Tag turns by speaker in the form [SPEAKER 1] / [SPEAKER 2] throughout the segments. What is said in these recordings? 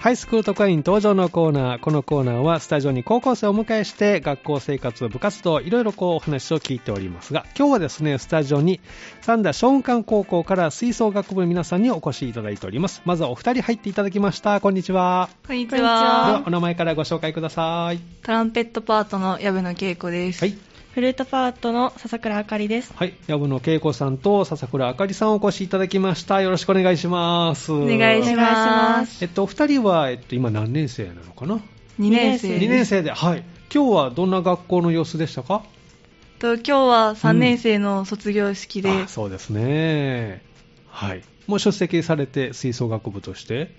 [SPEAKER 1] ハイスクール特派員登場のコーナー。このコーナーはスタジオに高校生をお迎えして学校生活、部活動、いろいろこうお話を聞いておりますが、今日はですね、スタジオに三田松雲館高校から吹奏楽部の皆さんにお越しいただいております。まずはお二人入っていただきました。こんにちは。
[SPEAKER 2] こんにち
[SPEAKER 3] こんにち
[SPEAKER 1] で
[SPEAKER 3] は
[SPEAKER 2] は
[SPEAKER 1] は。お名前からご紹介ください。
[SPEAKER 2] トランペットパートの矢部の恵子です。
[SPEAKER 1] はい。
[SPEAKER 3] フルートパートの笹倉あかりです。
[SPEAKER 1] はい、矢部の恵子さんと笹倉あかりさんをお越しいただきました。よろしくお願いします。お
[SPEAKER 2] お願いし
[SPEAKER 3] お願
[SPEAKER 2] ま。
[SPEAKER 3] いします
[SPEAKER 1] えっと、お二人は、えっと、今何年生なのかな
[SPEAKER 2] 2年生
[SPEAKER 3] え
[SPEAKER 2] で
[SPEAKER 3] ー
[SPEAKER 2] す。
[SPEAKER 1] ?2 年生で、はい。今日はどんな学校の様子でしたか
[SPEAKER 2] と今日は3年生の卒業式で、
[SPEAKER 1] あそうですね。はい。もう出席されて、吹奏楽部として。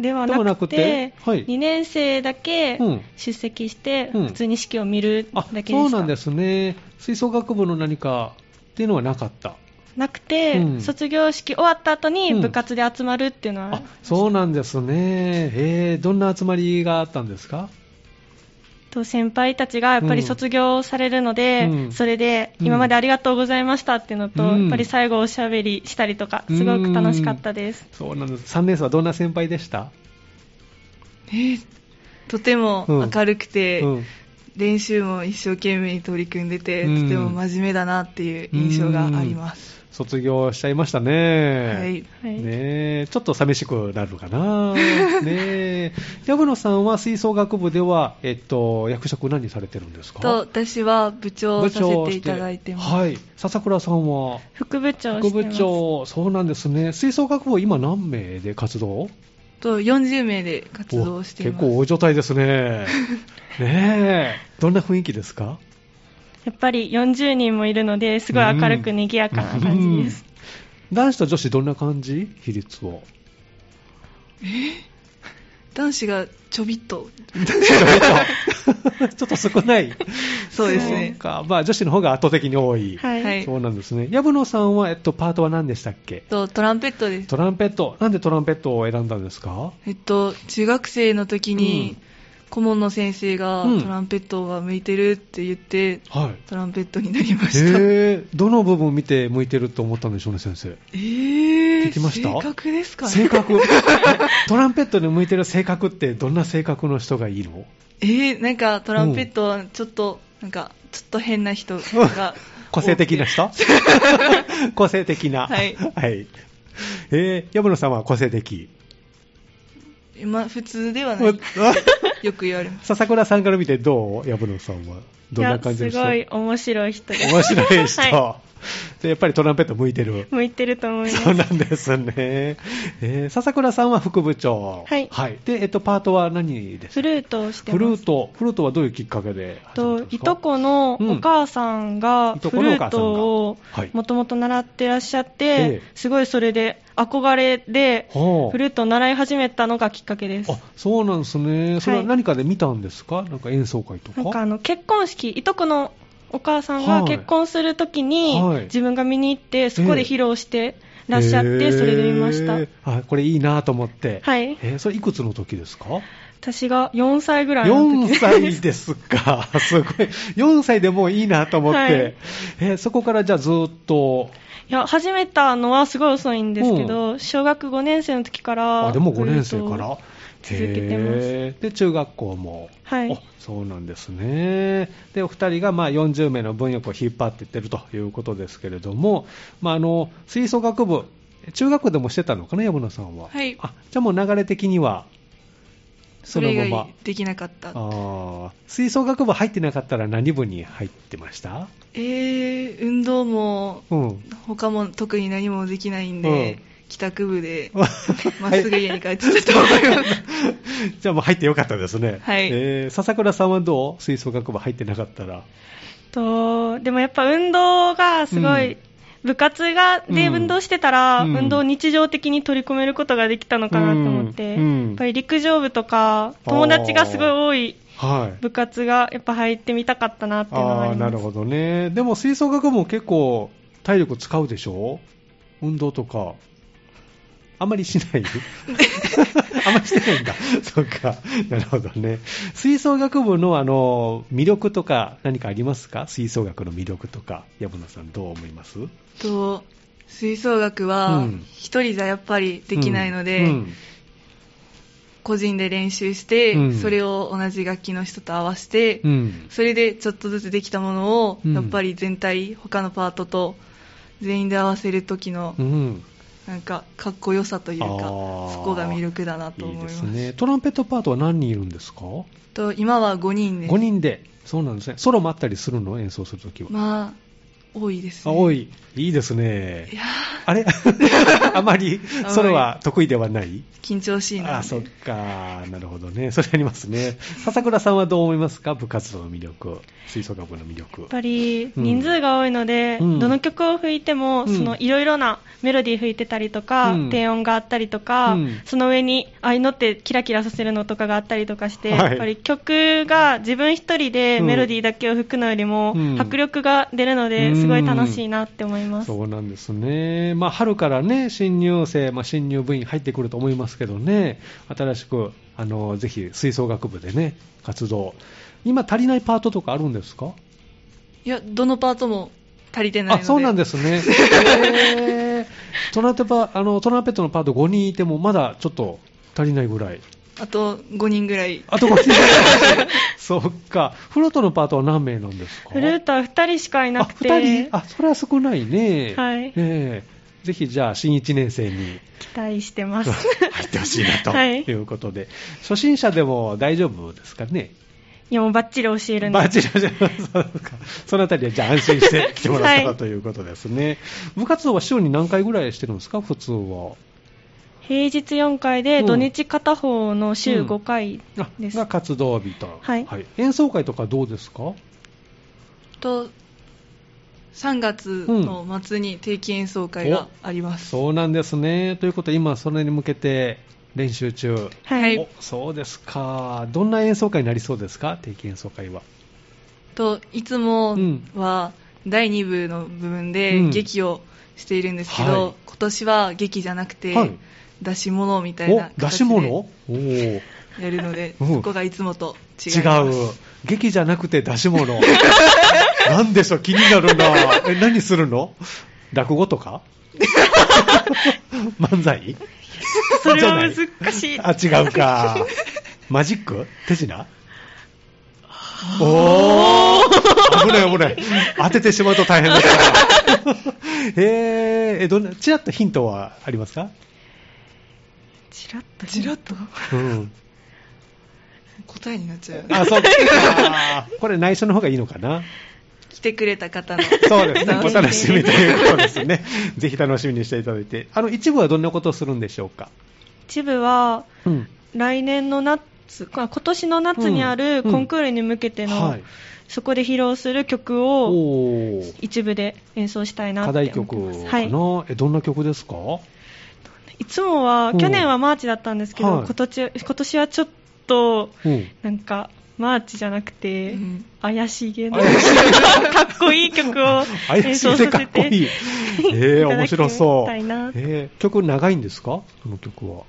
[SPEAKER 3] では
[SPEAKER 1] ではな
[SPEAKER 3] な
[SPEAKER 1] く
[SPEAKER 3] く
[SPEAKER 1] て
[SPEAKER 3] て、
[SPEAKER 1] はい
[SPEAKER 3] 2年生だけ
[SPEAKER 1] うん
[SPEAKER 3] 出席して、
[SPEAKER 1] うん
[SPEAKER 3] 普通に式を見るだ
[SPEAKER 1] あ
[SPEAKER 3] けで、した。
[SPEAKER 1] そうなんですね。吹奏楽部の何かっていうのはなかった。
[SPEAKER 3] なくて、
[SPEAKER 1] うん
[SPEAKER 3] 卒業式終わった後に
[SPEAKER 1] うん
[SPEAKER 3] 部活で集まるっていうのは、
[SPEAKER 1] あ、そうなんですね。えー、どんな集まりがあったんですか
[SPEAKER 3] と先輩たちがやっぱり卒業されるので、
[SPEAKER 1] うん
[SPEAKER 3] それで
[SPEAKER 1] うん
[SPEAKER 3] 今までありがとうございましたっていうのと、
[SPEAKER 1] うん
[SPEAKER 3] やっぱり最後おしゃべりしたりとか、すごく楽しかったです。
[SPEAKER 1] そうなんです。3年生はどんな先輩でした
[SPEAKER 2] とても明るくて、
[SPEAKER 1] うん
[SPEAKER 2] 練習も一生懸命に取り組んでて、
[SPEAKER 1] うん
[SPEAKER 2] とても真面目だなっていう印象があります。
[SPEAKER 1] 卒業しちゃいました
[SPEAKER 2] は
[SPEAKER 1] ね。
[SPEAKER 2] い。
[SPEAKER 3] はい
[SPEAKER 1] ねえちょっと寂しくなるのか な。ねえ薮野さんは吹奏楽部では、えっと、役職何されてるんですか
[SPEAKER 2] と、私は部長を
[SPEAKER 1] 部
[SPEAKER 2] させ
[SPEAKER 1] 長を
[SPEAKER 2] て
[SPEAKER 1] し
[SPEAKER 2] いただいてます。
[SPEAKER 1] はい。笹倉さんは
[SPEAKER 3] 副部長をして
[SPEAKER 1] 副
[SPEAKER 3] ます
[SPEAKER 1] 部長、そうなんですね。吹奏楽部は今何名で活動
[SPEAKER 2] と、40名で活動しています。
[SPEAKER 1] お結構大所帯ですね。ねえどんな雰囲気ですか
[SPEAKER 3] やっぱり40人もいるので、すごい明るく賑やかな感じです。
[SPEAKER 1] うん男子と女子どんな感じ比率を。
[SPEAKER 2] 男子がちょびっと。
[SPEAKER 1] ちょっと少ない。
[SPEAKER 2] そうです
[SPEAKER 1] そう
[SPEAKER 2] ね。
[SPEAKER 1] か。まあ女子の方が圧倒的に多い。
[SPEAKER 3] はい。
[SPEAKER 2] はい
[SPEAKER 1] そうなんですね。薮野さんは、えっと、パートは何でしたっけ
[SPEAKER 2] と、トランペットです。
[SPEAKER 1] トランペット。なんでトランペットを選んだんですか
[SPEAKER 2] えっと、中学生の時に、
[SPEAKER 1] うん
[SPEAKER 2] 顧問の先生が、
[SPEAKER 1] うん
[SPEAKER 2] トランペットが向いてるって言って、
[SPEAKER 1] はい。
[SPEAKER 2] トランペットになりました。
[SPEAKER 1] えー、どの部分を見て向いてると思ったんでしょうね、先生。
[SPEAKER 2] えー、
[SPEAKER 1] 聞きました
[SPEAKER 2] 性格ですか
[SPEAKER 1] 性
[SPEAKER 2] ね。
[SPEAKER 1] 格。 トランペットに向いてる性格ってどんな性格の人がいいの。
[SPEAKER 2] えー、なんかトランペットはちょっと、なんか、ちょっと変な人が
[SPEAKER 1] 個性的な 人個性的な。
[SPEAKER 2] はい
[SPEAKER 1] はい。えー、薮野さんは個性的。
[SPEAKER 2] 多くて。まあ、普通ではない。よく言わ れます。
[SPEAKER 1] 笹倉さんから見てどう薮野さんは。どんな感じの
[SPEAKER 3] い
[SPEAKER 1] 人
[SPEAKER 3] やすごい面白い人です。
[SPEAKER 1] 面白い人、
[SPEAKER 3] は
[SPEAKER 1] でやっぱりトランペット向いてる
[SPEAKER 3] 向いてると思います。
[SPEAKER 1] そうなんですね、えー笹倉さんは副部長
[SPEAKER 3] はい
[SPEAKER 1] で、えっと、パートは何です
[SPEAKER 3] フルートをして
[SPEAKER 1] フル
[SPEAKER 3] ま
[SPEAKER 1] ー
[SPEAKER 3] す。
[SPEAKER 1] トフルートはどういうきっかけで始めたん
[SPEAKER 3] と
[SPEAKER 1] です
[SPEAKER 3] い
[SPEAKER 1] か
[SPEAKER 3] とこのお母さんが
[SPEAKER 1] うんい
[SPEAKER 3] フ
[SPEAKER 1] とこの
[SPEAKER 3] ル
[SPEAKER 1] お母さんが
[SPEAKER 3] ートを
[SPEAKER 1] はい
[SPEAKER 3] もともと習ってらっしゃ
[SPEAKER 1] え
[SPEAKER 3] って
[SPEAKER 1] え、
[SPEAKER 3] すごいそれで憧れで
[SPEAKER 1] はあ
[SPEAKER 3] フルートを習い始めたのがきっかけです
[SPEAKER 1] あ。そうなんですねそれは
[SPEAKER 3] はい
[SPEAKER 1] 何かで見たんですか、なんか演奏会とか
[SPEAKER 3] なんかあの結婚式、いとこのお母さん
[SPEAKER 1] は
[SPEAKER 3] が
[SPEAKER 1] い
[SPEAKER 3] 結婚するときに
[SPEAKER 1] はい
[SPEAKER 3] 自分が見に行って、そこで披露してらっしゃ
[SPEAKER 1] え
[SPEAKER 3] って、
[SPEAKER 1] ー
[SPEAKER 3] それで見ました。
[SPEAKER 1] あこれいいなと思って、
[SPEAKER 3] はい
[SPEAKER 1] えーそれいくつの時ですか
[SPEAKER 3] 私が4歳ぐらいの
[SPEAKER 1] 4
[SPEAKER 3] 時
[SPEAKER 1] 歳ですか、 すごい、4歳でもういいなと思って、
[SPEAKER 3] はい
[SPEAKER 1] えーそこからじゃあずーっと、
[SPEAKER 3] いや始めたのはすごい遅いんですけど、小学5年生の時から
[SPEAKER 1] あでも5年生か
[SPEAKER 3] ず
[SPEAKER 1] ら
[SPEAKER 3] っと続けてます
[SPEAKER 1] へーで中学校も、
[SPEAKER 3] はい
[SPEAKER 1] おそうなんですねでお二人がまあ40名の分野をこう引っ張っていってるということですけれども、まあ、あの吹奏楽部中学でもしてたのかな薮野さんは、
[SPEAKER 2] はい
[SPEAKER 1] あじゃあもう流れ的には
[SPEAKER 2] それ以外できなかっ
[SPEAKER 1] あ
[SPEAKER 2] た。
[SPEAKER 1] ー吹奏楽部入ってなかったら何部に入ってました
[SPEAKER 2] えー、運動も、
[SPEAKER 1] うん
[SPEAKER 2] 他も特に何もできないん
[SPEAKER 1] う
[SPEAKER 2] で
[SPEAKER 1] ん、、
[SPEAKER 2] 帰宅部で まっすぐ家に帰ってたと思います。
[SPEAKER 1] じゃあもう入ってよかったですね。
[SPEAKER 2] はい
[SPEAKER 1] えー笹倉さんはどう吹奏楽部入ってなかったら。
[SPEAKER 3] とでもやっぱ運動がすごい、
[SPEAKER 1] うん
[SPEAKER 3] 部活がで
[SPEAKER 1] うん
[SPEAKER 3] 運動してたら、
[SPEAKER 1] うん
[SPEAKER 3] 運動を日常的に取り込めることができたのかなと思って、
[SPEAKER 1] うんうん
[SPEAKER 3] やっぱり陸上部とか友達がすごい多い
[SPEAKER 1] はい。
[SPEAKER 3] 部活がやっぱ入ってみたかったなっていうのがあ
[SPEAKER 1] ああ、
[SPEAKER 3] り
[SPEAKER 1] な
[SPEAKER 3] ま
[SPEAKER 1] る
[SPEAKER 3] す
[SPEAKER 1] ほどね。でも吹奏楽部も結構体力使うでしょ運動とか。あまりし ないあまりしてないんだ。そっか。なるほどね。吹奏楽部のあの、魅力とか何かありますか吹奏楽の魅力とか。薮野さんどう思います
[SPEAKER 2] と吹奏楽
[SPEAKER 1] う
[SPEAKER 2] は
[SPEAKER 1] ん
[SPEAKER 2] 一人じゃやっぱりできないので、
[SPEAKER 1] うん
[SPEAKER 2] 個人で練習して、
[SPEAKER 1] うん
[SPEAKER 2] それを同じ楽器の人と合わせて、
[SPEAKER 1] うん。
[SPEAKER 2] それでちょっとずつできたものを、
[SPEAKER 1] うん
[SPEAKER 2] やっぱり全体他のパートと全員で合わせる時の、
[SPEAKER 1] うん。
[SPEAKER 2] なんかかっこよさというか
[SPEAKER 1] あー
[SPEAKER 2] そこが魅力だなと思い
[SPEAKER 1] いい
[SPEAKER 2] ま
[SPEAKER 1] ですすね。トランペットパートは何人いるんですか
[SPEAKER 2] と今は5人です
[SPEAKER 1] ?5 人で。そうなんですね。ソロもあったりするの演奏するときは。
[SPEAKER 2] まあ多いです
[SPEAKER 1] あ、
[SPEAKER 2] ね
[SPEAKER 1] 多い。いいですね
[SPEAKER 2] い。や
[SPEAKER 1] あれあまり
[SPEAKER 2] あま、り
[SPEAKER 1] ソロは得意ではない
[SPEAKER 2] ー緊張しいな
[SPEAKER 1] あ、
[SPEAKER 2] の
[SPEAKER 1] そっ
[SPEAKER 2] で
[SPEAKER 1] か。なるほどね。それありますね。笹倉さんはどう思いますか部活動の魅力。吹奏楽部の魅力
[SPEAKER 3] やっ。ぱり
[SPEAKER 1] うん
[SPEAKER 3] 人数が多いので、
[SPEAKER 1] うん
[SPEAKER 3] どの曲を吹いても、
[SPEAKER 1] うん
[SPEAKER 3] そのいろいろなメロディー吹いてたりとか、
[SPEAKER 1] うん
[SPEAKER 3] 低音があったりとか、
[SPEAKER 1] うん
[SPEAKER 3] その上にああいうのってキラキラさせるのとかがあったりとかして、
[SPEAKER 1] はい
[SPEAKER 3] やっぱり曲が自分一人で
[SPEAKER 1] うん
[SPEAKER 3] メロディーだけを吹くのよりも、
[SPEAKER 1] うん
[SPEAKER 3] 迫力が出るの
[SPEAKER 1] う
[SPEAKER 3] で
[SPEAKER 1] ん
[SPEAKER 3] すごい楽しいなって思います、
[SPEAKER 1] そうなんですね。まあ、春からね、新入生、まあ、新入部員入ってくると思いますけどね、新しく、あの、ぜひ吹奏楽部でね、活動。今足りないパートとかあるんですか
[SPEAKER 2] いやどのパートも足りてないの
[SPEAKER 1] あ、
[SPEAKER 2] で
[SPEAKER 1] そうなんですすね。へートランペパ、あの、トランペットのパート5人いても、まだちょっと足りないぐらい。
[SPEAKER 2] あと5人ぐらい
[SPEAKER 1] あと5人 そっか。フルートのパートは何名なんですか
[SPEAKER 3] フルートは2人しかいなくて
[SPEAKER 1] あ、2人あ、それは少ないね。
[SPEAKER 3] はい
[SPEAKER 1] ええぜひ、じゃあ、新1年生に。
[SPEAKER 3] 期待してます
[SPEAKER 1] 入ってほしいなと
[SPEAKER 3] はい
[SPEAKER 1] いうことで、初心者でも大丈夫ですかね、
[SPEAKER 3] いやもうバッチリ教えるんで
[SPEAKER 1] バッチリじゃないですか、そのあたりはじゃあ安心して来てもらった
[SPEAKER 3] は
[SPEAKER 1] ら
[SPEAKER 3] い
[SPEAKER 1] ということですね、部活動は週に何回ぐらいしてるんですか、普通は。
[SPEAKER 3] 平日4回
[SPEAKER 1] う
[SPEAKER 3] で
[SPEAKER 1] ん
[SPEAKER 3] 土日片方の週
[SPEAKER 1] うん
[SPEAKER 3] 5回
[SPEAKER 1] あ
[SPEAKER 3] です、
[SPEAKER 1] が活動日と、
[SPEAKER 3] はい
[SPEAKER 1] 演奏会とかどうですか、
[SPEAKER 2] と3月の末に定期演奏会があります、
[SPEAKER 1] そうなんですね、ということで、今、それに向けて練習中、
[SPEAKER 3] はい
[SPEAKER 1] おそうですか、どんな演奏会になりそうですか、定期演奏会は。
[SPEAKER 2] といつも
[SPEAKER 1] うん
[SPEAKER 2] は第2部の部分で
[SPEAKER 1] うん
[SPEAKER 2] 劇をしているんですけ
[SPEAKER 1] はい
[SPEAKER 2] ど、今年は劇じゃなくて、
[SPEAKER 1] はい
[SPEAKER 2] 出し物みたいな
[SPEAKER 1] お出し
[SPEAKER 2] 形
[SPEAKER 1] 物
[SPEAKER 2] で
[SPEAKER 1] おー
[SPEAKER 2] やるので、
[SPEAKER 1] うん
[SPEAKER 2] そこがいつもと違い
[SPEAKER 1] 違
[SPEAKER 2] ます
[SPEAKER 1] う。劇じゃなくて出し物。 なんでしょう、気になるな。 え、何するの落語とか 漫 才
[SPEAKER 3] それは難
[SPEAKER 1] じ
[SPEAKER 3] しい
[SPEAKER 1] ゃないあ、違うか。マジック手品おー危ない危ない。当ててしまうと大変だから。 えー、え、どんな、ちらっとヒントはありますか
[SPEAKER 3] ちらっと
[SPEAKER 2] ちらっと
[SPEAKER 1] うん。
[SPEAKER 2] 答えになっちゃう
[SPEAKER 1] あ、 そうか。これ内緒の方がいいのかな
[SPEAKER 2] 来てくれた方 の
[SPEAKER 1] そうですね。お
[SPEAKER 2] お
[SPEAKER 1] 楽
[SPEAKER 2] 楽
[SPEAKER 1] し
[SPEAKER 2] し
[SPEAKER 1] み
[SPEAKER 2] み
[SPEAKER 1] ということですね。 ぜひ楽しみにしていただいて。あの、一部はどんなことをするんでしょうか
[SPEAKER 3] 一部は
[SPEAKER 1] うん。
[SPEAKER 3] 来年の夏か今年の夏にある
[SPEAKER 1] うん
[SPEAKER 3] コンクールに向けての、
[SPEAKER 1] はい。
[SPEAKER 3] そこで披露する曲を
[SPEAKER 1] おー
[SPEAKER 3] 一部で演奏したいな
[SPEAKER 1] 課
[SPEAKER 3] って思っ
[SPEAKER 1] 題
[SPEAKER 3] てます
[SPEAKER 1] 曲
[SPEAKER 3] は
[SPEAKER 1] か
[SPEAKER 3] い
[SPEAKER 1] な、え、どんな曲ですか
[SPEAKER 3] いつもは
[SPEAKER 1] うん
[SPEAKER 3] 去年はマーチだったんですけど、
[SPEAKER 1] はい
[SPEAKER 3] 今年今年はちょっと
[SPEAKER 1] うん。
[SPEAKER 3] なんかマーチじゃなくて、
[SPEAKER 2] うん
[SPEAKER 3] 怪しげな
[SPEAKER 1] 怪し
[SPEAKER 3] かっこいい曲を
[SPEAKER 1] 怪
[SPEAKER 3] 演
[SPEAKER 1] しい
[SPEAKER 3] 奏
[SPEAKER 1] で
[SPEAKER 3] さ
[SPEAKER 1] かっ
[SPEAKER 3] せ
[SPEAKER 1] こ
[SPEAKER 3] て
[SPEAKER 1] いい。えー、面白そう。
[SPEAKER 3] いただきたいな
[SPEAKER 1] えー、曲長いんですかこの曲は。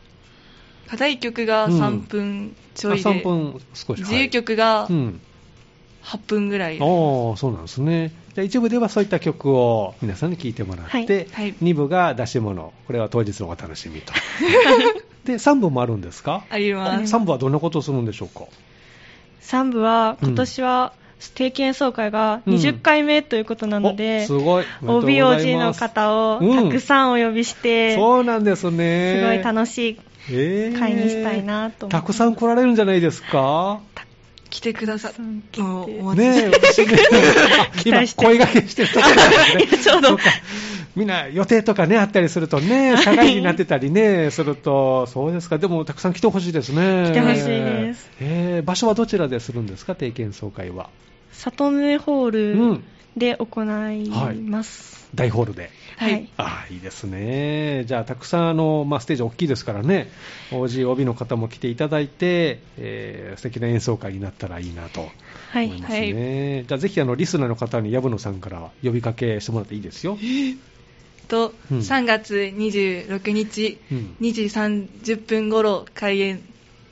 [SPEAKER 2] 課題曲が3分ちょいで、
[SPEAKER 1] あ3分少し。
[SPEAKER 2] 自由
[SPEAKER 1] 曲
[SPEAKER 2] 曲が
[SPEAKER 1] うん。
[SPEAKER 2] 8分ぐらい、
[SPEAKER 1] ああ、そうなんですね。じゃあ一部ではそういった曲を皆さんに聴いてもらって、
[SPEAKER 3] はい
[SPEAKER 2] はい
[SPEAKER 1] 2部が出し物、これは当日のお楽しみ と。で、3部もあるんですか
[SPEAKER 2] あります
[SPEAKER 1] 3部はどんなことをするんでしょうか
[SPEAKER 3] 3部は今年は定期演奏会が20回目ということなの
[SPEAKER 1] お
[SPEAKER 3] で、
[SPEAKER 1] すごい。おめでとうござい
[SPEAKER 3] OBOG
[SPEAKER 1] ま
[SPEAKER 3] の
[SPEAKER 1] す
[SPEAKER 3] 方を
[SPEAKER 1] うん
[SPEAKER 3] たくさんお呼びして、
[SPEAKER 1] そうなんですね。
[SPEAKER 3] すごい
[SPEAKER 1] し
[SPEAKER 3] 楽しい
[SPEAKER 1] い
[SPEAKER 3] 会にしたいなと思ってます
[SPEAKER 1] たくさん来られるんじゃないですか
[SPEAKER 2] 来てくださ
[SPEAKER 3] うん
[SPEAKER 2] い
[SPEAKER 3] 来て
[SPEAKER 2] もうお待ちして
[SPEAKER 1] ねえ、私ねあ
[SPEAKER 3] 期
[SPEAKER 1] 今
[SPEAKER 3] 待して
[SPEAKER 1] 声掛けしてるところなん ですね
[SPEAKER 3] ちょうど
[SPEAKER 1] そうかみんな予定とかね、あったりするとね、社会になってたりね、すると、そうですか、でもたくさん来てほしいですね。
[SPEAKER 3] 来てほしいです。
[SPEAKER 1] えー場所はどちらでするんですか、定期演奏会は。
[SPEAKER 3] 里目ホー
[SPEAKER 1] う
[SPEAKER 3] ル
[SPEAKER 1] ん
[SPEAKER 3] で行います。
[SPEAKER 1] 大ホールで。
[SPEAKER 2] はい
[SPEAKER 3] はい
[SPEAKER 1] ああ、いいですね。じゃあ、たくさん、あの、まあ、ステージ大きいですからね、OGOB の方も来ていただいて、えー素敵な演奏会になったらいいなと
[SPEAKER 3] はい
[SPEAKER 1] 思いますね。じゃあ、ぜひ、あの、リスナーの方に、藪野さんから呼びかけしてもらっていいですよ。
[SPEAKER 2] と、
[SPEAKER 1] うん
[SPEAKER 2] 3月26日、
[SPEAKER 1] うん
[SPEAKER 2] 2時30分頃開演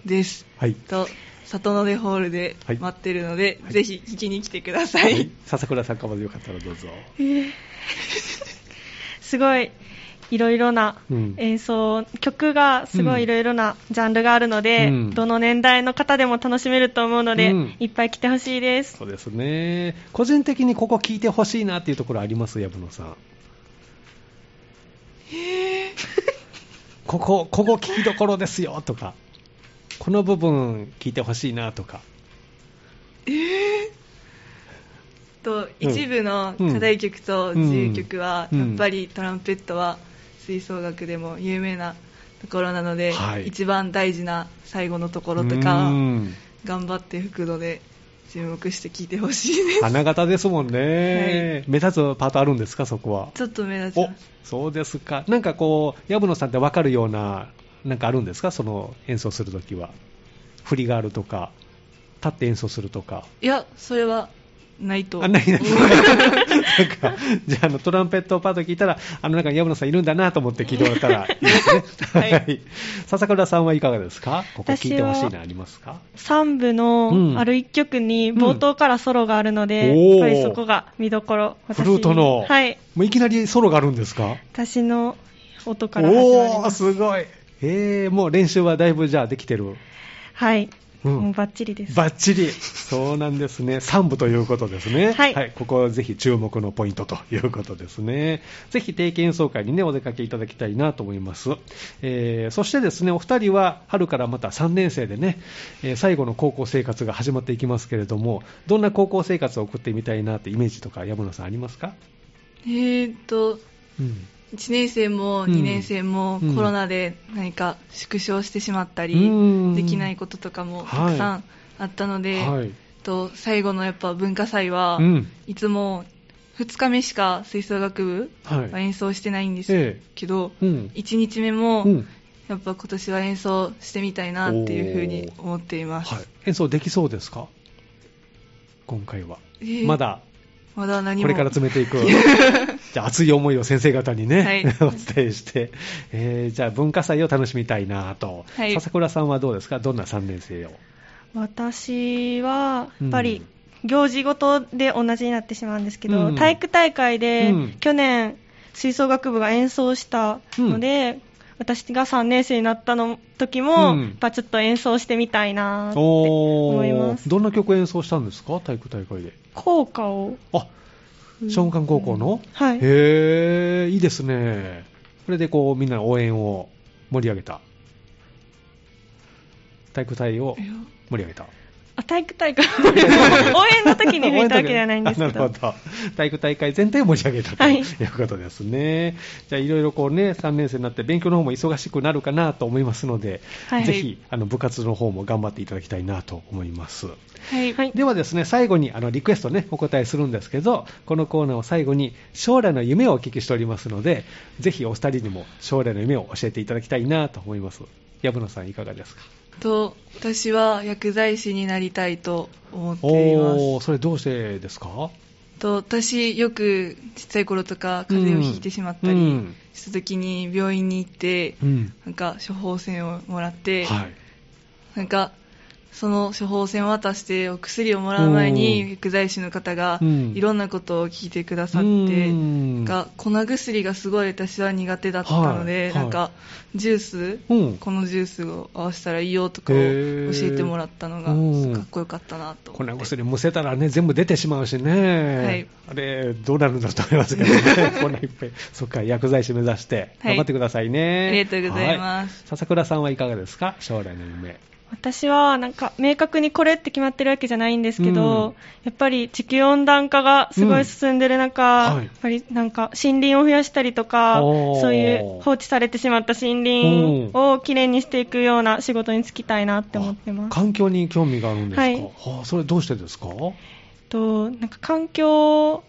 [SPEAKER 2] です。
[SPEAKER 1] はい。
[SPEAKER 2] と、里の出ホールで
[SPEAKER 1] はい
[SPEAKER 2] 待ってるので、
[SPEAKER 1] はい
[SPEAKER 2] ぜひ聞きに来てくださ。
[SPEAKER 1] はいい。笹倉さんからまでよかったらどうぞ。
[SPEAKER 3] すごいいろいろな
[SPEAKER 1] うん
[SPEAKER 3] 演奏、曲がすごいいろいろなジャンルがあるので、
[SPEAKER 1] うん
[SPEAKER 3] どの年代の方でも楽しめると思うので、
[SPEAKER 1] うん
[SPEAKER 3] いっぱい来てほしいです。
[SPEAKER 1] そうですね。個人的にここ聞いてほしいなっていうところあります、藪野さん。 ここ、ここ聞きどころですよとか、この部分聞いてほしいなとか。
[SPEAKER 2] と
[SPEAKER 1] うん
[SPEAKER 2] 一部の課題曲と自由曲は、
[SPEAKER 1] うん
[SPEAKER 2] やっぱりトランペットは吹奏楽でも有名なところなので、
[SPEAKER 1] はい
[SPEAKER 2] 一番大事な最後のところと
[SPEAKER 1] う
[SPEAKER 2] か
[SPEAKER 1] ん
[SPEAKER 2] 頑張って吹くので注目して聴いてほしいです
[SPEAKER 1] 花形ですもんね。目立つパートあるんですか、そこは。
[SPEAKER 2] ちょっと目立ち
[SPEAKER 1] お
[SPEAKER 2] ます
[SPEAKER 1] そうですか。なんかこう、藪野さんって分かるような、なんかあるんですかその演奏するときは。振りがあるとか、立って演奏するとか。
[SPEAKER 2] いやそれはないと
[SPEAKER 1] あ、ない ない。なんか、じゃあ、あの、トランペットパート聞いたら、あの、なんか、藪野さんいるんだなと思って聞いてもらったらいいですね。は。
[SPEAKER 3] はいい
[SPEAKER 1] 笹倉さんはいかがですかここ聞いてほしい
[SPEAKER 3] 私
[SPEAKER 1] のありますか
[SPEAKER 3] 3部
[SPEAKER 1] うん
[SPEAKER 3] のある1曲に冒頭からソロがあるので、
[SPEAKER 1] うん
[SPEAKER 3] やっぱりそこが見どころ、
[SPEAKER 1] フルートの、
[SPEAKER 3] はい、
[SPEAKER 1] もういきなりソロがあるんですか
[SPEAKER 3] 私の音から始まり
[SPEAKER 1] おー、
[SPEAKER 3] ます。
[SPEAKER 1] すごい。えー、もう練習はだいぶじゃあできてる。
[SPEAKER 3] はい、
[SPEAKER 1] うん
[SPEAKER 3] もうバッチリです。
[SPEAKER 1] バッチリ、そうなんですね、3部ということですね、
[SPEAKER 3] はい
[SPEAKER 1] ここはぜひ注目のポイントということですね、ぜひ定期演奏会に、ね、お出かけいただきたいなと思います、えーそしてですねお二人は春からまた3年生でね、えー最後の高校生活が始まっていきますけれども、どんな高校生活を送ってみたいなってイメージとか、山野さん、ありますか、
[SPEAKER 2] えーっと
[SPEAKER 1] うん
[SPEAKER 2] 1年生も
[SPEAKER 1] うん
[SPEAKER 2] 2年生も
[SPEAKER 1] うん
[SPEAKER 2] コロナで何か縮小してしまったり、
[SPEAKER 1] うん
[SPEAKER 2] できないこととかもたくさんあったので、
[SPEAKER 1] はい
[SPEAKER 2] と最後のやっぱ文化祭は、
[SPEAKER 1] うん
[SPEAKER 2] いつも2日目しか吹奏楽部は
[SPEAKER 1] はい
[SPEAKER 2] 演奏してないんで
[SPEAKER 1] え
[SPEAKER 2] すけど、
[SPEAKER 1] うん
[SPEAKER 2] 1日目も
[SPEAKER 1] うん
[SPEAKER 2] やっぱ今年は演奏してみたいなっていうふうに思っています、
[SPEAKER 1] はい、演奏できそうですか、今回は。
[SPEAKER 2] えー
[SPEAKER 1] まだ
[SPEAKER 2] まだ何も
[SPEAKER 1] これから詰めていく。じゃあ熱い思いを先生方にね、
[SPEAKER 2] は
[SPEAKER 1] お伝えして、えーじゃあ文化祭を楽しみたいなと、
[SPEAKER 2] はい
[SPEAKER 1] 笹倉さんはどうですかどんな3年生を。
[SPEAKER 3] 私はやっぱ
[SPEAKER 1] う
[SPEAKER 3] り
[SPEAKER 1] ん
[SPEAKER 3] 行事ごとで同じになってしまうんですけど、
[SPEAKER 1] うん
[SPEAKER 3] 体育大会で
[SPEAKER 1] うん
[SPEAKER 3] 去年吹奏楽部が演奏したので、私が3年生になったの時も、
[SPEAKER 1] うん
[SPEAKER 3] やっぱちょっと演奏してみたいなって思い
[SPEAKER 1] お
[SPEAKER 3] ま
[SPEAKER 1] ー
[SPEAKER 3] す
[SPEAKER 1] どんな曲演奏したんですか体育大会で。
[SPEAKER 3] 効果を
[SPEAKER 1] あ、小学高校の、
[SPEAKER 3] はい
[SPEAKER 1] へー、いいですね。これでこう、みんなの応援を盛り上げた。体育祭を
[SPEAKER 2] いや
[SPEAKER 1] 盛り上げた。
[SPEAKER 3] あ体育 大会応援の時に吹いたわけではないんです
[SPEAKER 1] な
[SPEAKER 3] け
[SPEAKER 1] るほ
[SPEAKER 3] ど
[SPEAKER 1] ど。体育大会全体を盛り上げたと
[SPEAKER 3] はい
[SPEAKER 1] いうことですね。じゃあ、いろいろこうね、3年生になって勉強の方も忙しくなるかなと思いますので、
[SPEAKER 3] はい
[SPEAKER 1] ぜひ、あの、部活の方も頑張っていただきたいなと思います。
[SPEAKER 2] はい、
[SPEAKER 3] はい
[SPEAKER 1] ではですね、最後に、あの、リクエストね、お答えするんですけど、このコーナーを最後に、将来の夢をお聞きしておりますので、ぜひお二人にも将来の夢を教えていただきたいなと思います。藪野さん、いかがですか
[SPEAKER 2] と私は薬剤師になりたいと思っています
[SPEAKER 1] おー、それどうしてですか
[SPEAKER 2] と私よくちっちゃい頃とか風邪をひいてしまった
[SPEAKER 1] う
[SPEAKER 2] り
[SPEAKER 1] ん
[SPEAKER 2] した時に病院に行って
[SPEAKER 1] うん。
[SPEAKER 2] なんか処方箋をもらって、
[SPEAKER 1] はい。
[SPEAKER 2] なんかその処方箋を渡してお薬をもらう前
[SPEAKER 1] うん
[SPEAKER 2] に薬剤師の方が
[SPEAKER 1] うん
[SPEAKER 2] いろんなことを聞いてくださっ
[SPEAKER 1] う
[SPEAKER 2] て
[SPEAKER 1] ん
[SPEAKER 2] が粉薬がすごい私は苦手だったの
[SPEAKER 1] は
[SPEAKER 2] で、
[SPEAKER 1] い
[SPEAKER 2] なんかジュース、
[SPEAKER 1] うん
[SPEAKER 2] このジュースを合わせたらいいよとかを
[SPEAKER 1] へ
[SPEAKER 2] 教
[SPEAKER 1] ー
[SPEAKER 2] えてもらったのが
[SPEAKER 1] うん
[SPEAKER 2] かっこよかったなと
[SPEAKER 1] 粉
[SPEAKER 2] 思って
[SPEAKER 1] 薬むせたらね、全部出てしまうしね、
[SPEAKER 2] はい
[SPEAKER 1] あれ、どうなるんだろうと思いますけど ね、粉いっぱい、そっか、薬剤師目指して、
[SPEAKER 2] はい
[SPEAKER 1] 頑張ってくださいね。
[SPEAKER 2] ありがとうございます
[SPEAKER 1] は笹倉さんはいかがですか、将来の夢。
[SPEAKER 3] 私はなんか明確にこれって決まってるわけじゃないんですけど、
[SPEAKER 1] うん
[SPEAKER 3] やっぱり地球温暖化がすごい進んでる中、
[SPEAKER 1] うんはい
[SPEAKER 3] やっぱりなんか森林を増やしたりとか、
[SPEAKER 1] おー
[SPEAKER 3] そういう放置されてしまった森林をきれいにしていくような仕事に就きたいなって思ってま
[SPEAKER 1] あ
[SPEAKER 3] す。
[SPEAKER 1] 環境に興味があるんですか、
[SPEAKER 3] はい
[SPEAKER 1] はあそれどうしてですか
[SPEAKER 3] となんか環境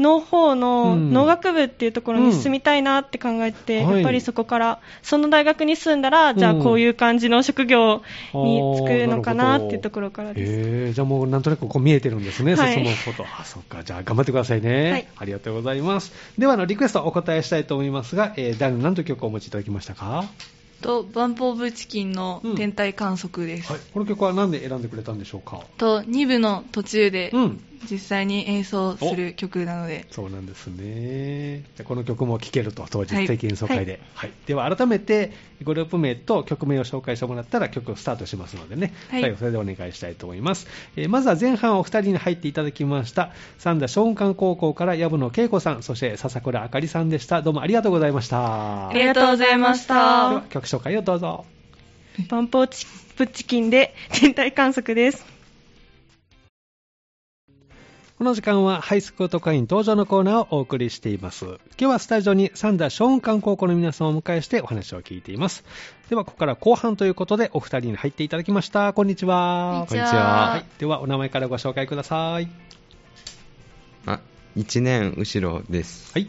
[SPEAKER 3] の方
[SPEAKER 1] う
[SPEAKER 3] の
[SPEAKER 1] ん
[SPEAKER 3] 農学部っていうところに進みたいなって考えて、
[SPEAKER 1] うんはい
[SPEAKER 3] やっぱりそこからその大学に住んだら、じゃあ
[SPEAKER 1] うん
[SPEAKER 3] こういう感じの職業に就くのか
[SPEAKER 1] あー
[SPEAKER 3] な
[SPEAKER 1] なるほ
[SPEAKER 3] っ
[SPEAKER 1] ど
[SPEAKER 3] ていうところからです。
[SPEAKER 1] えー、じゃあもうなんとなくこう見えてるんですね、
[SPEAKER 3] はい
[SPEAKER 1] 進むこと。あ、そっか。じゃあ頑張ってくださいね。
[SPEAKER 3] はい
[SPEAKER 1] ありがとうございます。では、あの、リクエストお答えしたいと思いますが、えー、誰の何という曲をお持ちいただきましたか
[SPEAKER 2] とバンポーブチキンの天体観測です、
[SPEAKER 1] はい、この曲は何で選んでくれたんでしょうか
[SPEAKER 2] と2部の途中で、
[SPEAKER 1] うん
[SPEAKER 2] 実際に演奏する曲なので
[SPEAKER 1] そうなんですね。じゃあこの曲も聴けると、当日定期演奏会で。はい。では、改めて、グループ名と曲名を紹介してもらったら、曲をスタートしますのでね、
[SPEAKER 2] はい
[SPEAKER 1] 最後、それでお願いしたいと思います。えーまずは前半お二人に入っていただきました、三田松漢高校から藪野恵子さん、そして笹倉あかりさんでした。どうもありがとうございました。
[SPEAKER 2] あ
[SPEAKER 1] で
[SPEAKER 2] りがとうございまし
[SPEAKER 4] ありがとうございま
[SPEAKER 2] た
[SPEAKER 1] は。、曲紹介をどうぞ。
[SPEAKER 4] バンポーチプッチキンで天体観測です。
[SPEAKER 1] この時間はハイスクート会員登場のコーナーをお送りしています。今日はスタジオに三田松漢高校の皆さんをお迎えしてお話を聞いています。では、ここから後半ということでお二人に入っていただきました。こんにちは。
[SPEAKER 2] こんにちは
[SPEAKER 1] はい、では、お名前からご紹介ください。
[SPEAKER 5] あ、1年後ろです。
[SPEAKER 1] はい。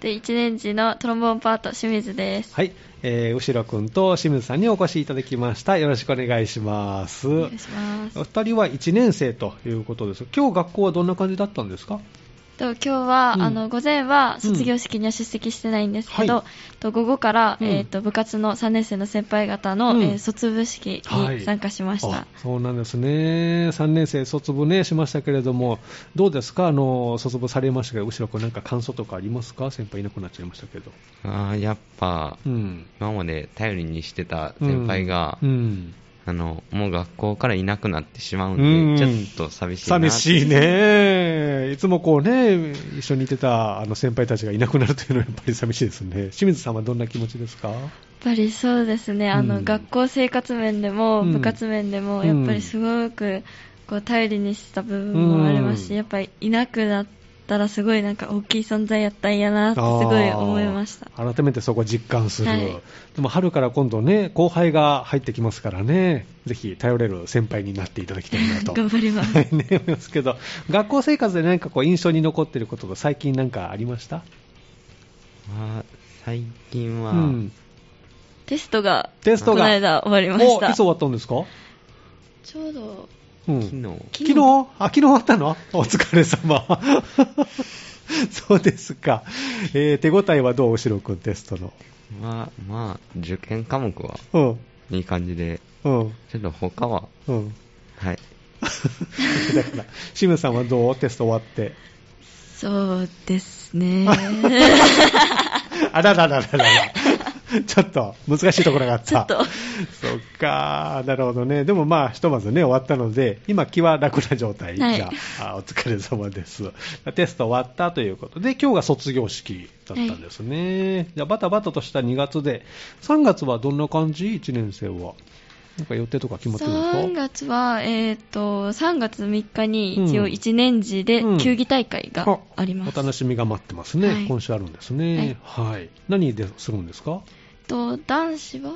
[SPEAKER 3] で1年次のトロンボーンパート清水です
[SPEAKER 1] はい。えー、後ろくんと清水さんにお越しいただきました。よろしくお願いします。
[SPEAKER 3] お願いします
[SPEAKER 1] お二人は1年生ということです。今日学校はどんな感じだったんですか
[SPEAKER 3] と今日は、
[SPEAKER 1] うん
[SPEAKER 3] あの午前は
[SPEAKER 1] うん
[SPEAKER 3] 卒業式には出席してないんですけど、
[SPEAKER 1] はい
[SPEAKER 3] と午後から、
[SPEAKER 1] うん
[SPEAKER 3] えーと部活の3年生の先輩方の、
[SPEAKER 1] うん
[SPEAKER 3] えー卒部式
[SPEAKER 1] はい
[SPEAKER 3] に参加しました、
[SPEAKER 1] あそうなんですね。3年生卒部ね、しましたけれども、どうですかあの、卒部されましたけど、後ろくんなんか感想とかありますか先輩いなくなっちゃいましたけど。
[SPEAKER 5] あーやっぱ、
[SPEAKER 1] うん。
[SPEAKER 5] 今まで頼りにしてた先輩が、
[SPEAKER 1] うん。
[SPEAKER 5] あの、もう学校からいなくなってしまうんで、
[SPEAKER 1] うん
[SPEAKER 5] ちょっと寂しいなって。
[SPEAKER 1] 寂しいね。いつもこうね、一緒にいてたあの先輩たちがいなくなるというのはやっぱ り寂しいですね。清水さんはどんな気持ちですか
[SPEAKER 3] やっぱりそうですね、あの
[SPEAKER 1] うん
[SPEAKER 3] 学校生活面でも、
[SPEAKER 1] うん
[SPEAKER 3] 部活面でも、
[SPEAKER 1] うん
[SPEAKER 3] やっぱりすごくこう頼りにした部分もありますし、
[SPEAKER 1] うん
[SPEAKER 3] やっぱりいなくなったら、すごいなんか大きい存在やったんやなって、すごい思いました。
[SPEAKER 1] あー改めてそこ実感する、
[SPEAKER 3] はい
[SPEAKER 1] でも春から今度ね、後輩が入ってきますからね、ぜひ頼れる先輩になっていただきたいな と。
[SPEAKER 3] 頑 張ります。
[SPEAKER 1] はいね、思いますけど、学校生活で何かこう印象に残っていることが最近なんかありました
[SPEAKER 5] あー最近は、
[SPEAKER 1] うん
[SPEAKER 3] テストが、
[SPEAKER 1] テストが
[SPEAKER 3] この間終わり
[SPEAKER 1] お
[SPEAKER 3] まし
[SPEAKER 1] い
[SPEAKER 3] た。
[SPEAKER 1] つ終わったんですか、
[SPEAKER 3] ちょうど、
[SPEAKER 1] うん、
[SPEAKER 5] 昨日、
[SPEAKER 1] 昨日あ、昨日終わったのお疲れ様。 そうですか。えー手応えはどう後ろくんテストの。
[SPEAKER 5] は、まあ、受験科目は
[SPEAKER 1] うん。
[SPEAKER 5] いい感じで、
[SPEAKER 1] うん。
[SPEAKER 5] ちょっと他は、
[SPEAKER 1] うん。
[SPEAKER 5] はい。
[SPEAKER 1] だから、清水さんはどうテスト終わって。
[SPEAKER 3] そうですね。
[SPEAKER 1] あらららららら。ちょっと難しいところがあった。
[SPEAKER 3] ちょっと、
[SPEAKER 1] そっかなるほどね。でもまあ、ひとまずね、終わったので、今、気は楽な状態が、
[SPEAKER 3] はい
[SPEAKER 1] あお疲れ様です。テスト終わったということで、今日が卒業式だったんですね。じゃあ、バタバタとした2月で、3月はどんな感じ ?1 年生は。なんか予定とか決まってるんですか
[SPEAKER 3] 3月は、えっ、と、3月3日に一
[SPEAKER 1] う
[SPEAKER 3] 応
[SPEAKER 1] ん
[SPEAKER 3] 1年次で
[SPEAKER 1] うん
[SPEAKER 3] 球技大会があります。
[SPEAKER 1] お楽しみが待ってますね。
[SPEAKER 3] はい
[SPEAKER 1] 今週あるんですね。はい。何でするんですか
[SPEAKER 3] と、男子は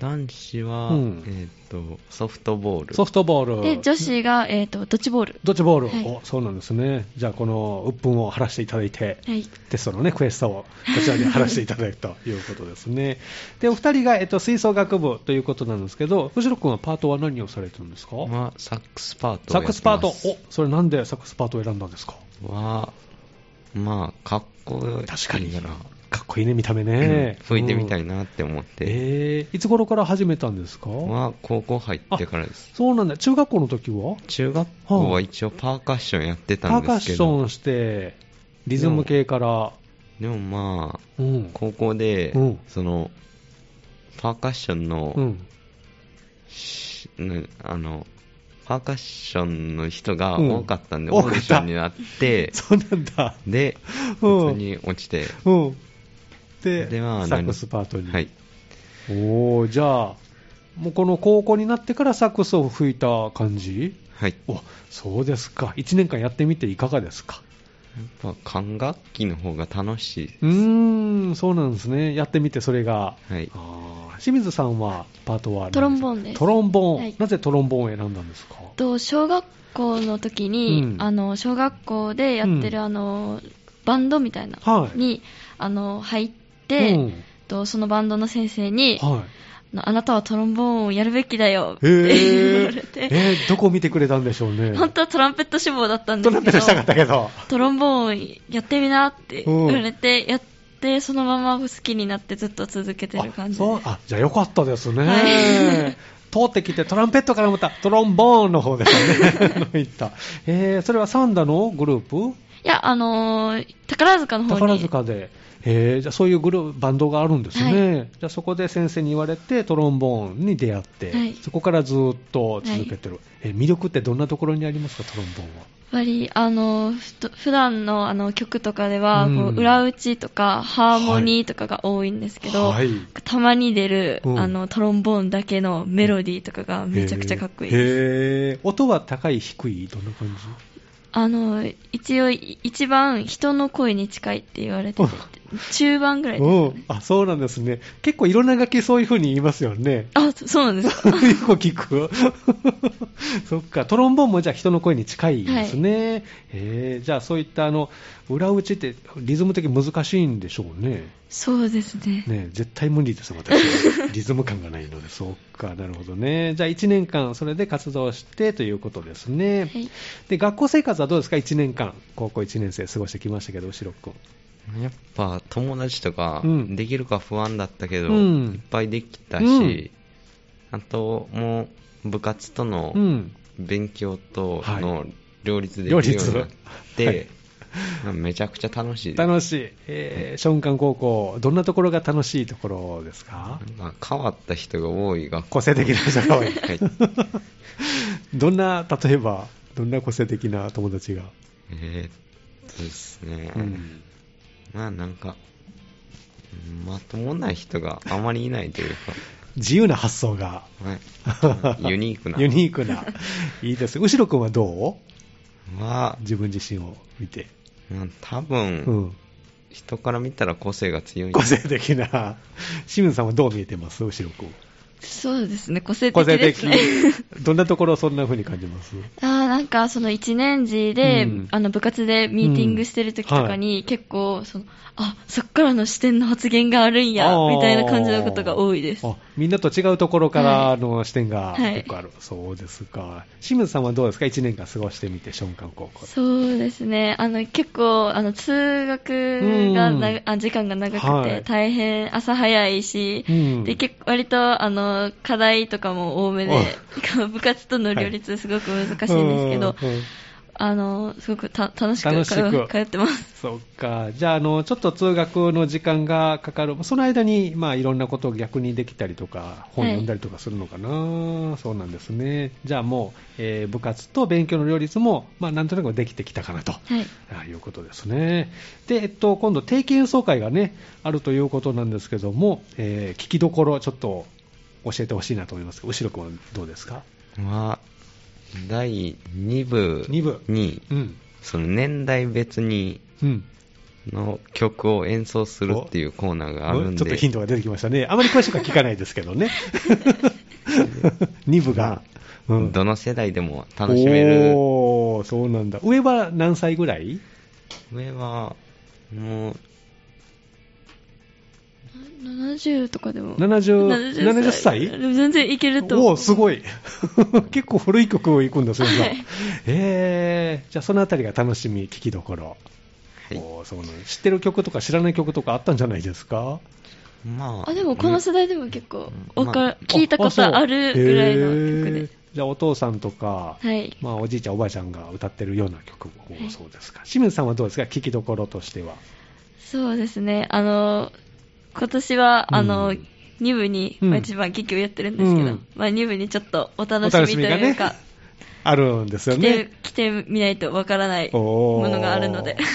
[SPEAKER 5] 男子は、
[SPEAKER 1] うん
[SPEAKER 5] えっ、と、ソフトボール。
[SPEAKER 1] ソフトボール。
[SPEAKER 3] で、女子が、えっ、と、ドッジボール。
[SPEAKER 1] ドッジボール、
[SPEAKER 3] はい
[SPEAKER 1] おそうなんですね。じゃあ、この鬱憤を晴らしていただいて、
[SPEAKER 3] はい。
[SPEAKER 1] テストのね、悔しさをこちらに晴らしていただくということです ね。で、お二人が、えっと、吹奏楽部ということなんですけど、藤野くんはパートは何をされてるんですか
[SPEAKER 5] は、サックスパート
[SPEAKER 1] サックスパート。
[SPEAKER 5] を
[SPEAKER 1] お
[SPEAKER 5] やってます、
[SPEAKER 1] それなんでサックスパートを選んだんですか
[SPEAKER 5] は、まあ、かっこいい。
[SPEAKER 1] 確かに
[SPEAKER 5] な。
[SPEAKER 1] かっこいいね、見た目
[SPEAKER 5] うん
[SPEAKER 1] ね。
[SPEAKER 5] 吹いてみた
[SPEAKER 1] う
[SPEAKER 5] い
[SPEAKER 1] ん。
[SPEAKER 5] なって思って、
[SPEAKER 1] えー、いつ頃から始めたんですか
[SPEAKER 5] は高校入ってからです。
[SPEAKER 1] そうなんだ。中学校の時は
[SPEAKER 5] 中学校は一応パーカッションやって
[SPEAKER 1] パ
[SPEAKER 5] た
[SPEAKER 1] ー
[SPEAKER 5] ん
[SPEAKER 1] カ
[SPEAKER 5] で
[SPEAKER 1] ッ
[SPEAKER 5] すけ
[SPEAKER 1] シ
[SPEAKER 5] ど、
[SPEAKER 1] ョンして、リズム系から、
[SPEAKER 5] でもまあ、
[SPEAKER 1] うん。
[SPEAKER 5] 高校で
[SPEAKER 1] うん、
[SPEAKER 5] その、パーカッションの、
[SPEAKER 1] うん。
[SPEAKER 5] しねあの、パーカッションの人が
[SPEAKER 1] うん
[SPEAKER 5] 多かったんで、
[SPEAKER 1] 多
[SPEAKER 5] オ
[SPEAKER 1] かった
[SPEAKER 5] ーディションに なって、
[SPEAKER 1] そうなんだ。
[SPEAKER 5] で、
[SPEAKER 1] うん
[SPEAKER 5] 普通に落ちて、
[SPEAKER 1] うん。で、
[SPEAKER 5] では
[SPEAKER 1] サックスパートに。
[SPEAKER 5] はい。
[SPEAKER 1] おおじゃあもうこの高校になってからサックスを吹いた感じ
[SPEAKER 5] はい。
[SPEAKER 1] おそうですか1年間やってみていかがですか
[SPEAKER 5] やっぱ管楽器の方が楽しいです。
[SPEAKER 1] うーんそうなんですねやってみてそれが、
[SPEAKER 5] はい
[SPEAKER 1] あー清水さんはパートは何
[SPEAKER 3] トロンボーンです
[SPEAKER 1] トロンボーン、
[SPEAKER 3] はい
[SPEAKER 1] なぜトロンボーンを選んだんですか
[SPEAKER 3] と、小学校の時に、
[SPEAKER 1] うん
[SPEAKER 3] あの、小学校でやってる、
[SPEAKER 1] うん
[SPEAKER 3] あの、バンドみたいな、
[SPEAKER 1] はい
[SPEAKER 3] に、あの、入って、
[SPEAKER 1] うん
[SPEAKER 3] とそのバンドの先生
[SPEAKER 1] は
[SPEAKER 3] に、
[SPEAKER 1] い
[SPEAKER 3] あのあなたはトロンボーンをやるべきだよって 言
[SPEAKER 1] え
[SPEAKER 3] われ
[SPEAKER 1] ー、
[SPEAKER 3] て、
[SPEAKER 1] えーどこ見てくれたんでしょうね
[SPEAKER 3] 本当はトランペット志望だったんで
[SPEAKER 1] トラ
[SPEAKER 3] す
[SPEAKER 1] ンペ
[SPEAKER 3] け
[SPEAKER 1] ットしたかっ
[SPEAKER 3] ど、
[SPEAKER 1] たけど
[SPEAKER 3] トロンボーンやってみなって言われて、やっってそのまま好きになってずっと続けてる感
[SPEAKER 1] あ
[SPEAKER 3] じ
[SPEAKER 1] そうあじゃあよかったですね、
[SPEAKER 3] は
[SPEAKER 1] 通ってきてトランペットからまたトロンボーンの方です ね行った、えー、それはサンダのグループ
[SPEAKER 3] いやあのー宝塚の方に
[SPEAKER 1] 宝塚で、えー、じゃあそういうグループバンドがあるんですね、じゃあそこで先生に言われてトロンボーンに出会って、
[SPEAKER 3] はい
[SPEAKER 1] そこからずっと続けてる、えー魅力ってどんなところにありますかトロンボーンは
[SPEAKER 3] やっぱりあのふと普段のあの曲とかでは、
[SPEAKER 1] うん
[SPEAKER 3] こう裏打ちとかハーモニーとかが多いんですけど、
[SPEAKER 1] はい
[SPEAKER 3] たまに出る、
[SPEAKER 1] うん
[SPEAKER 3] あのトロンボーンだけのメロディーとかがめちゃくちゃかっこいい
[SPEAKER 1] へ
[SPEAKER 3] です。
[SPEAKER 1] ーへー音は高い低いどんな感じ
[SPEAKER 3] あの一応い一番人の声に近いって言われてて中盤ぐらいです
[SPEAKER 1] う
[SPEAKER 3] か
[SPEAKER 1] ん、あそうなんですね、結構いろんな楽器、そういう風に言いますよね、
[SPEAKER 3] あそそうなんですか
[SPEAKER 1] よく聞く、 そっか、トロンボーンもじゃあ人の声に近いですね、へーじゃあそういったあの裏打ちってリズム的に難しいんでしょうね、
[SPEAKER 3] そうですね
[SPEAKER 1] ね絶対無理です、私 は、リズム感がないので、そっか、なるほどね、じゃあ1年間、それで活動してということですね、
[SPEAKER 3] はい
[SPEAKER 1] で学校生活はどうですか、1年間、高校1年生、過ごしてきましたけど、後ろっくん。
[SPEAKER 5] やっぱ友達とか
[SPEAKER 1] うん
[SPEAKER 5] できるか不安だったけど、
[SPEAKER 1] うん
[SPEAKER 5] いっぱいできたし、
[SPEAKER 1] うん
[SPEAKER 5] あともう部活との
[SPEAKER 1] うん
[SPEAKER 5] 勉強と
[SPEAKER 1] はい
[SPEAKER 5] の両立できるようにな
[SPEAKER 1] 両
[SPEAKER 5] って
[SPEAKER 1] 立、
[SPEAKER 5] めちゃくちゃ楽しいです
[SPEAKER 1] 楽しい、えー、ションカン高校、どんなところが楽しいところですか
[SPEAKER 5] なんか変わった人が多い学校
[SPEAKER 1] 個性的な人が多い、
[SPEAKER 5] はい
[SPEAKER 1] どんな、例えば、どんな個性的な友達が、
[SPEAKER 5] えーっとですね、
[SPEAKER 1] うん
[SPEAKER 5] まあなんかまともな人があまりいないという
[SPEAKER 1] 自由な発想が、
[SPEAKER 5] か、 はい、ユニークな
[SPEAKER 1] ユニークな、 いいです、後ろ君はど
[SPEAKER 5] は
[SPEAKER 1] う、自分自身を見て、
[SPEAKER 5] まあ多分、
[SPEAKER 1] うん、
[SPEAKER 5] 人から見たら個性が強いんで
[SPEAKER 1] 個性的な、清水さんはどう見えてます、後ろ君。
[SPEAKER 3] そうですね個性
[SPEAKER 1] 個
[SPEAKER 3] 的
[SPEAKER 1] 性
[SPEAKER 3] です
[SPEAKER 1] 的
[SPEAKER 3] ね
[SPEAKER 1] どんなところをそんな風に感じます
[SPEAKER 3] あーなんかその1年次で、
[SPEAKER 1] うん
[SPEAKER 3] あの部活でミーティングしてる時とかに、結構そのあそっからの視点の発言があるんや
[SPEAKER 1] あー
[SPEAKER 3] みたいな感じのことが多いです
[SPEAKER 1] あみんなと違うところからの視点が
[SPEAKER 3] はい
[SPEAKER 1] 結構ある、そうですか、清水さんはどうですか、1年間過ごしてみて、ションカン高校で
[SPEAKER 3] そうですねあの結構あの通学がな、
[SPEAKER 1] うん
[SPEAKER 3] あ時間が長く
[SPEAKER 1] はい
[SPEAKER 3] て大変、朝早いし、
[SPEAKER 1] うん
[SPEAKER 3] で結構割とあの課題とかも多めで
[SPEAKER 1] おい
[SPEAKER 3] 部活との両立すごく難しいんですけど、
[SPEAKER 1] うんうん
[SPEAKER 3] あのすごくた楽しく
[SPEAKER 1] 楽しく
[SPEAKER 3] 通ってます
[SPEAKER 1] そっか、じゃああの、ちょっと通学の時間がかかる、その間に、まあ、いろんなことを逆にできたりとか、本
[SPEAKER 3] はい
[SPEAKER 1] 読んだりとかするのかな、そうなんですね、じゃあもう、えー部活と勉強の両立も、まあ、なんとなくできてきたかなと。
[SPEAKER 3] はい
[SPEAKER 1] あいうことですね。で、えっと、今度、定期演奏会がね、あるということなんですけども、えー聞きどころ、ちょっと教えてほしいなと思いますけど、後ろ君はどうですか
[SPEAKER 5] は第2部
[SPEAKER 1] 二部
[SPEAKER 5] に
[SPEAKER 1] うん。
[SPEAKER 5] その年代別に
[SPEAKER 1] うん。
[SPEAKER 5] の曲を演奏するっていうコーナーがあるんで
[SPEAKER 1] ちょっとヒントが出てきましたね。あまり詳しくは聞かないですけ どね。2部が。うん
[SPEAKER 5] どの世代でも楽しめる
[SPEAKER 1] おーそうなんだ。上は何歳ぐらい
[SPEAKER 5] 上はもう
[SPEAKER 3] 70とかでも
[SPEAKER 1] ?70、70歳
[SPEAKER 3] でも全然いけると
[SPEAKER 1] おーすご い結構古い曲を行くんだそれが、
[SPEAKER 3] はい
[SPEAKER 1] えー、じゃあそのあたりが楽しみ聞きどころ、
[SPEAKER 5] はい
[SPEAKER 1] おーそうなんです知ってる曲とか知らない曲とかあったんじゃないですか
[SPEAKER 5] まあ
[SPEAKER 3] あでもこの世代でも結構
[SPEAKER 5] うん
[SPEAKER 3] わか、
[SPEAKER 5] まあ
[SPEAKER 3] 聞いたことあるぐらいの曲
[SPEAKER 1] え
[SPEAKER 3] で
[SPEAKER 1] ーじゃあお父さんとか、
[SPEAKER 3] はい
[SPEAKER 1] まあ、おじいちゃんおばあちゃんが歌ってるような曲もそうですか、清水さんはどうですか聞きどころとしては
[SPEAKER 3] そうですねあの今年はあの、
[SPEAKER 1] うん
[SPEAKER 3] 2部に、
[SPEAKER 1] うん
[SPEAKER 3] まあ、一番劇をやってるんですけど、
[SPEAKER 1] うん
[SPEAKER 3] まあ、2部にちょっとお楽
[SPEAKER 1] お
[SPEAKER 3] し
[SPEAKER 1] 楽
[SPEAKER 3] み
[SPEAKER 1] し
[SPEAKER 3] と
[SPEAKER 1] みが
[SPEAKER 3] い
[SPEAKER 1] ね
[SPEAKER 3] うか、
[SPEAKER 1] あるんですよ
[SPEAKER 3] 来
[SPEAKER 1] ね
[SPEAKER 3] て来てみないとわからない
[SPEAKER 1] おー
[SPEAKER 3] ものがあるので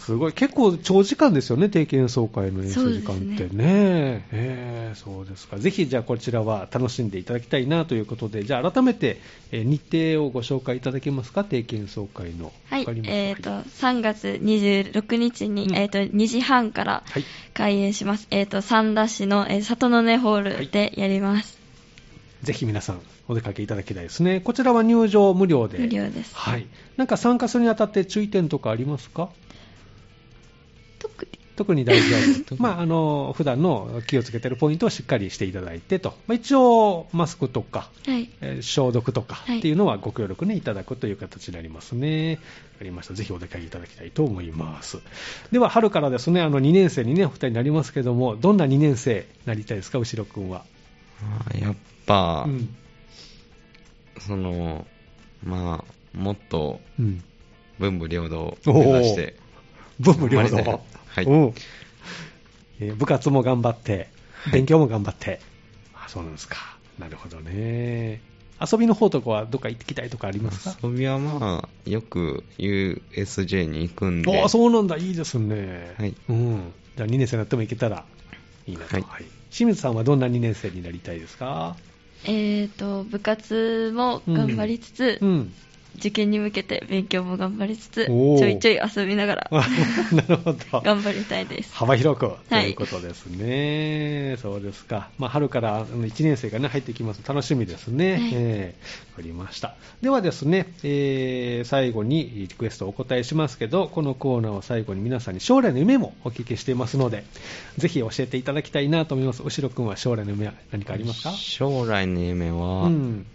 [SPEAKER 1] すごい、結構長時間ですよね、定期演奏会の演奏時間って
[SPEAKER 3] そう
[SPEAKER 1] ね。えーそうですか。ぜひ、じゃあこちらは楽しんでいただきたいなということで、じゃあ改めて、えー日程をご紹介いただけますか、定期演奏会の。
[SPEAKER 3] はい
[SPEAKER 1] わかりました
[SPEAKER 3] えー、と3月26日
[SPEAKER 1] う
[SPEAKER 3] に、
[SPEAKER 1] ん
[SPEAKER 3] えー、と2時半から
[SPEAKER 1] はい。
[SPEAKER 3] 開演します、えー、と三田市の、えー里の根ホールでやります、
[SPEAKER 1] ぜひ皆さん、お出かけいただきたいですね。こちらは入場無料で。
[SPEAKER 3] 無料です
[SPEAKER 1] はい。なんか参加するにあたって注意点とかありますか
[SPEAKER 3] 特に
[SPEAKER 1] 特に大事である。まあ、あの、普段の気をつけてるポイントをしっかりしていただいてと。まあ、一応、マスクとか、
[SPEAKER 6] はい。
[SPEAKER 1] えー消毒とか
[SPEAKER 6] はい
[SPEAKER 1] っていうのはご協力ね、いただくという形になりますね。わかりました。ぜひお出かけいただきたいと思います。では、春からですね、あの、2年生にね、お二人になりますけども、どんな2年生になりたいですか、後ろくんは。
[SPEAKER 5] まあやっぱ、
[SPEAKER 1] うん。
[SPEAKER 5] その、まあ、もっと
[SPEAKER 1] うん。
[SPEAKER 5] 文武両道を目指して、
[SPEAKER 1] 文武両道。
[SPEAKER 5] 頑張りたいなはい
[SPEAKER 1] うんえー部活も頑張って、勉強も頑張って。あ、そうなんですか。なるほどね。遊びの方とかはどっか行ってきたいとかありますか
[SPEAKER 5] 遊びはまあ、よく USJ に行くんで、
[SPEAKER 1] ああ、そうなんだ。いいですね。
[SPEAKER 5] はい
[SPEAKER 1] うん。じゃあ2年生になってもいけたらいいなと。
[SPEAKER 5] はい
[SPEAKER 1] はい清水さんはどんな2年生になりたいですか
[SPEAKER 6] えっ、と、部活も頑張りつつ、
[SPEAKER 1] うん。
[SPEAKER 6] 受験に向けて勉強も頑張りつつ、ち
[SPEAKER 1] おー
[SPEAKER 6] ょいちょい遊びながら
[SPEAKER 1] あなるほど。
[SPEAKER 6] 頑張りたいです。
[SPEAKER 1] 幅広くということですね、そうですか、まあ、春から1年生が、ね、入ってきます楽しみですね、
[SPEAKER 6] はい
[SPEAKER 1] えーわかりましたではですね、えー最後にリクエストをお答えしますけどこのコーナーを最後に皆さんに将来の夢もお聞きしていますのでぜひ教えていただきたいなと思います後ろくんは将来の夢は何かありますか
[SPEAKER 5] 将来の夢は、
[SPEAKER 1] うん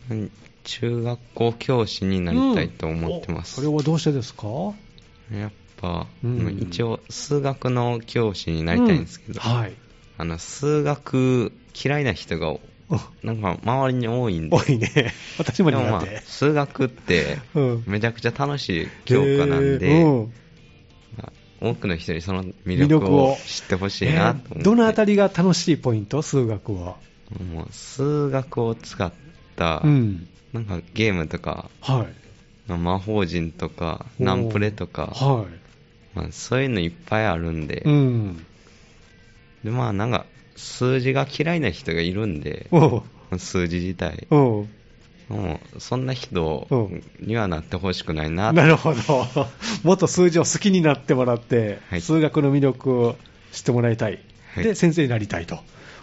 [SPEAKER 5] 中学校教師になりたいと思ってます。
[SPEAKER 1] うんおそれはどうしてですか
[SPEAKER 5] やっぱ、
[SPEAKER 1] うん
[SPEAKER 5] 一応数学の教師になりたいんですけど、
[SPEAKER 1] うはい
[SPEAKER 5] あの数学嫌いな人がなんか周りに多いんで
[SPEAKER 1] 多いね私も
[SPEAKER 5] で
[SPEAKER 1] 苦
[SPEAKER 5] もま
[SPEAKER 1] 手、
[SPEAKER 5] あ数学って
[SPEAKER 1] うん
[SPEAKER 5] めちゃくちゃ楽しい教科なんで、
[SPEAKER 1] えーうん
[SPEAKER 5] まあ多くの人にその
[SPEAKER 1] 魅
[SPEAKER 5] 魅
[SPEAKER 1] 力
[SPEAKER 5] 力
[SPEAKER 1] を
[SPEAKER 5] を知ってほしいなと思って、
[SPEAKER 1] えーどのあたりが楽しいポイント数学は
[SPEAKER 5] もう数学を使った、
[SPEAKER 1] うん
[SPEAKER 5] なんかゲームとか
[SPEAKER 1] はい
[SPEAKER 5] まあ魔法陣とか
[SPEAKER 1] おー
[SPEAKER 5] ナンプレとか、
[SPEAKER 1] は
[SPEAKER 5] まあ、そういうのいっぱいあるんで、
[SPEAKER 1] いうん
[SPEAKER 5] でまあなんか数字が嫌いな人がいるんで、
[SPEAKER 1] おう
[SPEAKER 5] 数字自体、
[SPEAKER 1] おう
[SPEAKER 5] もうそんな人
[SPEAKER 1] うん
[SPEAKER 5] にはなってほしくないな
[SPEAKER 1] なるほど もっと数字を好きになってもらって、
[SPEAKER 5] はい
[SPEAKER 1] 数学の魅力を知ってもらいたい、
[SPEAKER 5] はい
[SPEAKER 1] で先生になりたいと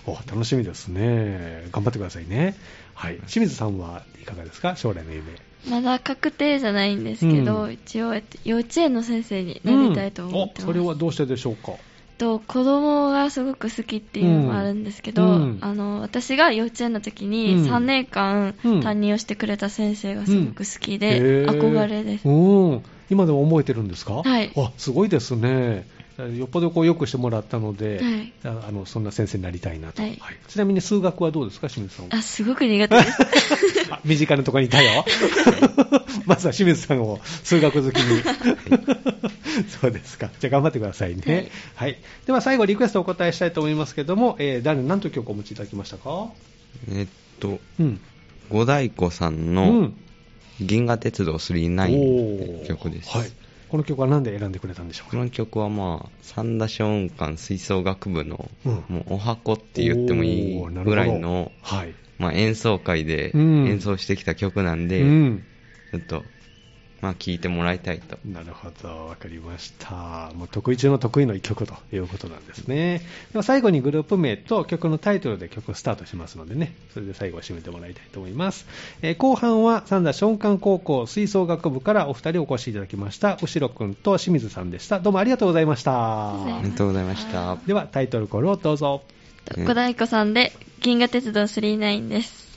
[SPEAKER 1] お楽しみですね頑張ってくださいね、はい、清水さんはいかがですか将来の夢
[SPEAKER 6] まだ確定じゃないんですけど、
[SPEAKER 1] うん
[SPEAKER 6] 一応、えっと幼稚園の先生になりたいと思ってま
[SPEAKER 1] うんおそ
[SPEAKER 6] す。
[SPEAKER 1] れはどうしてでしょうか
[SPEAKER 6] と子供がすごく好きっていうのもあるんですけど、
[SPEAKER 1] うんうん
[SPEAKER 6] あの私が幼稚園の時
[SPEAKER 1] うん
[SPEAKER 6] に3年間
[SPEAKER 1] うん
[SPEAKER 6] 担任をしてくれた先生がすごく好きで、
[SPEAKER 1] へー
[SPEAKER 6] 憧れです、
[SPEAKER 1] うん今でも覚えてるんですか
[SPEAKER 6] はい
[SPEAKER 1] あすごいですねよっぽどこうよくしてもらったので、
[SPEAKER 6] はい
[SPEAKER 1] ああのそんな先生になりたいなと、
[SPEAKER 6] はい
[SPEAKER 1] ちなみに数学はどうですか清水さんは
[SPEAKER 6] あすごく苦手です
[SPEAKER 1] あ 身近なところにい たよまずは清水さんを数学好き にそうですかじゃあ頑張ってくださいね、はいでは最後リクエストお答えしたいと思いますけども、えー誰何という曲をお持ちいただきましたか
[SPEAKER 5] えっと
[SPEAKER 1] うん
[SPEAKER 5] 五大湖さん
[SPEAKER 1] う
[SPEAKER 5] の
[SPEAKER 1] ん
[SPEAKER 5] 「銀河鉄道
[SPEAKER 1] お
[SPEAKER 5] 9」
[SPEAKER 1] ー
[SPEAKER 5] の曲です、
[SPEAKER 1] はい、この曲は何で選んでくれたんでしょう
[SPEAKER 5] こ
[SPEAKER 1] か
[SPEAKER 5] の曲はまあ三田小音館吹奏楽部の、
[SPEAKER 1] うん
[SPEAKER 5] もうお箱って言ってもいい
[SPEAKER 1] おーなるほど
[SPEAKER 5] ぐらいの、
[SPEAKER 1] はい
[SPEAKER 5] まあ、演奏会で
[SPEAKER 1] うん
[SPEAKER 5] 演奏してきた曲なんで、
[SPEAKER 1] うん、
[SPEAKER 5] ちょっとまあ聴いてもらいたいと
[SPEAKER 1] なるほど、わかりました。もう得意中の得意の一曲ということなんですね。では最後にグループ名と曲のタイトルで曲スタートしますのでね、それで最後締めてもらいたいと思います。えー後半は三田松漢高校吹奏楽部からお二人お越しいただきました、後ろくんと清水さんでした。どうもありがとうございました。
[SPEAKER 6] あ
[SPEAKER 5] ありがとうございました
[SPEAKER 1] ではタイトルコールをどうぞ。
[SPEAKER 6] 小太鼓さんで「銀河鉄道999」です